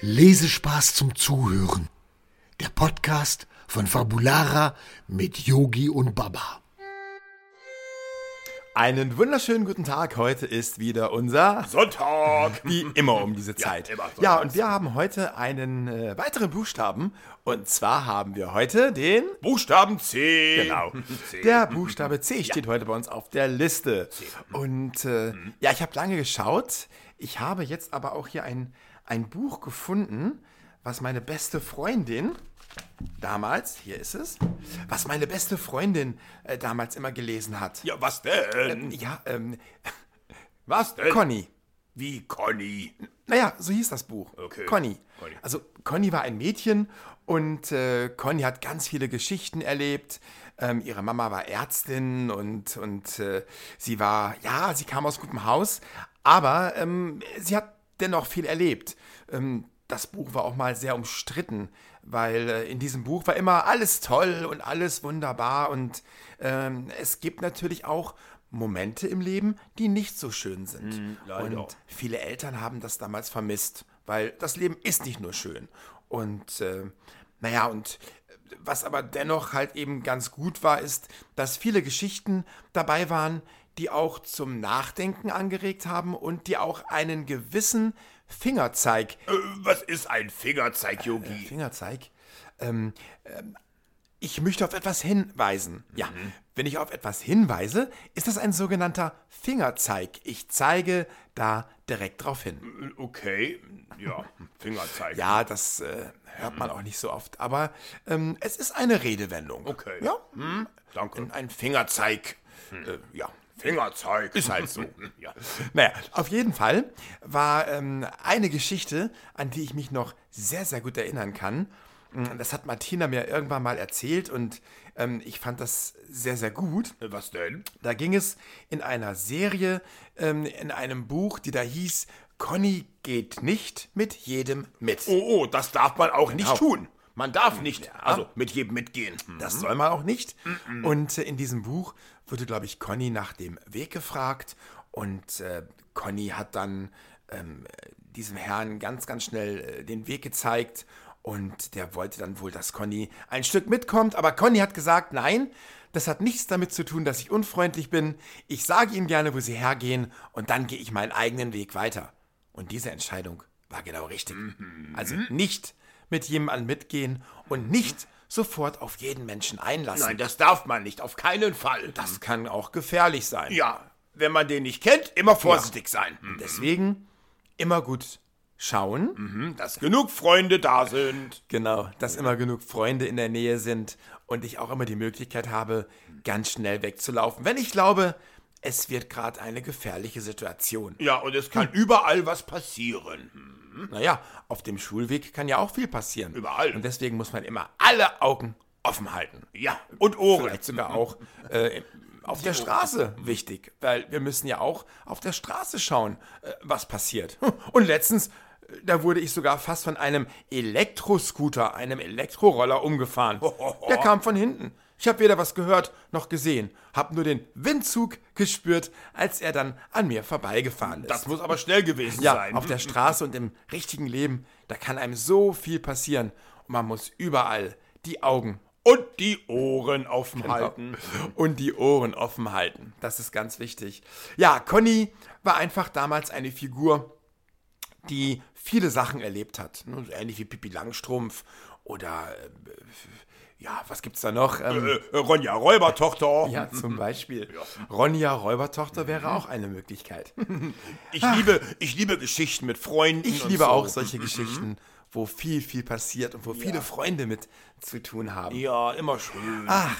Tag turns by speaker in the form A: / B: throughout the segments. A: Lesespaß zum Zuhören. Der Podcast von Fabulara mit Yogi und Baba.
B: Einen wunderschönen guten Tag. Heute ist wieder unser
C: Sonntag!
B: wie immer um diese Zeit.
C: immer so
B: ja
C: ist
B: und wir haben heute einen äh, weiteren Buchstaben. Und zwar haben wir heute den.
C: Buchstaben C.
B: Genau.
C: C.
B: Der Buchstabe C steht heute bei uns auf der Liste.
C: Mhm.
B: Und äh, ja, ich habe lange geschaut. Ich habe jetzt aber auch hier ein, ein Buch gefunden, was meine beste Freundin damals, hier ist es, was meine beste Freundin äh, damals immer gelesen hat.
C: ja, was denn?
B: Ja, ähm,
C: Was denn?
B: Conny.
C: Wie Conny?
B: Naja, so hieß das Buch.
C: Okay.
B: Conny.
C: Conny.
B: Also Conny war ein Mädchen und äh, Conny hat ganz viele Geschichten erlebt. Ähm, ihre Mama war Ärztin und, und äh, sie war, ja, sie kam aus gutem Haus, aber ähm, sie hat dennoch viel erlebt. Ähm, das Buch war auch mal sehr umstritten, weil äh, in diesem Buch war immer alles toll und alles wunderbar und ähm, es gibt natürlich auch Momente im Leben, die nicht so schön sind.
C: Mhm, leider.
B: Und viele Eltern haben das damals vermisst, weil das Leben ist nicht nur schön. Und äh, naja, und äh, was aber dennoch halt eben ganz gut war, ist, dass viele Geschichten dabei waren, die auch zum Nachdenken angeregt haben und die auch einen gewissen Fingerzeig
C: Äh, was ist ein Fingerzeig, Yogi?
B: Fingerzeig. Ähm, ähm, ich möchte auf etwas hinweisen. Ja, wenn ich auf etwas hinweise, ist das ein sogenannter Fingerzeig. Ich zeige da direkt drauf hin.
C: Äh, Okay, ja, Fingerzeig.
B: Ja, das äh, hört man auch nicht so oft, aber ähm, es ist eine Redewendung.
C: Okay.
B: Ja,
C: Danke.
B: ein Fingerzeig.
C: Äh, ja, Fingerzeig. Hm,
B: Ist halt so.
C: ja.
B: Naja, auf jeden Fall war ähm, eine Geschichte, an die ich mich noch sehr, sehr gut erinnern kann. Mm, Das hat Martina mir irgendwann mal erzählt und ähm, ich fand das sehr, sehr gut.
C: Äh, Was denn?
B: Da ging es in einer Serie, ähm, in einem Buch, die da hieß, Conny geht nicht mit jedem mit.
C: Oh, oh, das darf man auch nicht
B: Genau. Hm,
C: tun. Man darf nicht, also mit jedem mitgehen. Hm.
B: Das soll man auch nicht. Und äh, in diesem Buch wurde, glaube ich, Conny nach dem Weg gefragt. Und äh, Conny hat dann ähm, diesem Herrn ganz, ganz schnell äh, den Weg gezeigt. Und der wollte dann wohl, dass Conny ein Stück mitkommt. Aber Conny hat gesagt, nein, das hat nichts damit zu tun, dass ich unfreundlich bin. Ich sage Ihnen gerne, wo Sie hergehen. Und dann gehe ich meinen eigenen Weg weiter. Und diese Entscheidung war genau richtig. Also nicht mit jemandem mitgehen und nicht sofort auf jeden Menschen einlassen.
C: Nein, das darf man nicht, auf keinen Fall.
B: Das kann auch gefährlich sein.
C: Mhm. ja, wenn man den nicht kennt, immer vorsichtig sein.
B: Deswegen immer gut schauen.
C: Mhm, Dass genug Freunde da sind.
B: Genau, dass immer genug Freunde in der Nähe sind und ich auch immer die Möglichkeit habe, ganz schnell wegzulaufen, wenn ich glaube, es wird gerade eine gefährliche Situation.
C: Ja, und es
B: Hm.
C: kann überall was passieren. Hm.
B: Naja, auf dem Schulweg kann ja auch viel passieren.
C: Mhm. Überall.
B: Und deswegen muss man immer alle Augen offen halten.
C: Ja, und Ohren.
B: Vielleicht sogar auch äh, auf der Straße wichtig, weil wir müssen ja auch auf der Straße schauen, äh, was passiert. Und letztens, äh, da wurde ich sogar fast von einem Elektroscooter, einem Elektroroller umgefahren. Der kam von hinten. Ich habe weder was gehört noch gesehen, habe nur den Windzug gespürt, als er dann an mir vorbeigefahren ist.
C: Das muss aber schnell gewesen
B: Ja,
C: sein.
B: auf der Straße und im richtigen Leben, da kann einem so viel passieren und man muss überall die Augen
C: und die Ohren offen halten.
B: halten Genau. und die Ohren offen halten. Das ist ganz wichtig. Ja, Conny war einfach damals eine Figur, die viele Sachen erlebt hat. Ne, so Ähnlich wie Pippi Langstrumpf oder äh, ja, was gibt's da noch? Ähm,
C: Äh, äh, Ronja Räubertochter.
B: ja, zum Beispiel. Mhm. Ronja Räubertochter wäre auch eine Möglichkeit.
C: Ich, liebe, ich liebe Geschichten mit Freunden.
B: Ich
C: und
B: liebe
C: so.
B: auch solche Geschichten, wo viel, viel passiert und wo viele Freunde mit zu tun haben.
C: Ja, immer schön.
B: Ah.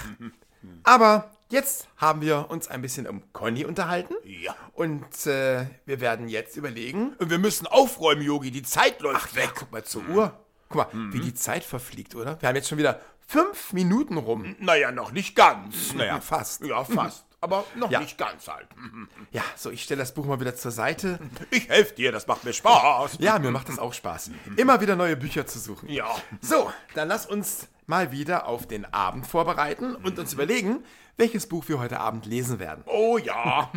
B: Aber jetzt haben wir uns ein bisschen um Conny unterhalten.
C: Ja.
B: Und äh, wir werden jetzt überlegen.
C: Wir müssen aufräumen, Yogi. Die Zeit läuft
B: Ja,
C: weg. Hm.
B: guck mal zur Uhr. Guck mal, wie die Zeit verfliegt, oder? Wir haben jetzt schon wieder fünf Minuten rum.
C: Naja, noch nicht ganz. Naja,
B: fast.
C: Ja, fast. Aber noch
B: Ja.
C: nicht ganz halt. Mhm.
B: Ja, so, ich stelle das Buch mal wieder zur Seite.
C: Ich helfe dir, das macht mir Spaß.
B: Ja, mir macht das auch Spaß. Immer wieder neue Bücher zu suchen.
C: Hm. Ja.
B: So, dann lass uns mal wieder auf den Abend vorbereiten
C: Hm.
B: und uns überlegen, welches Buch wir heute Abend lesen werden.
C: Oh ja.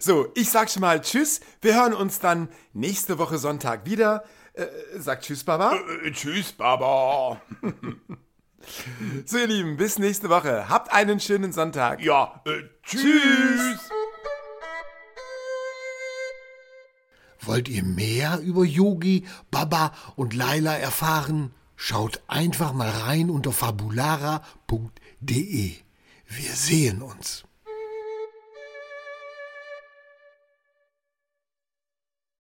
B: So, ich sag schon mal Tschüss. Wir hören uns dann nächste Woche Sonntag wieder. Äh, sagt Tschüss, Baba.
C: Äh, Tschüss, Baba.
B: So, ihr Lieben, bis nächste Woche. Habt einen schönen Sonntag.
C: Ja, äh, tschüss.
A: Wollt ihr mehr über Yogi, Baba und Laila erfahren? Schaut einfach mal rein unter fabulara.de. Wir sehen uns.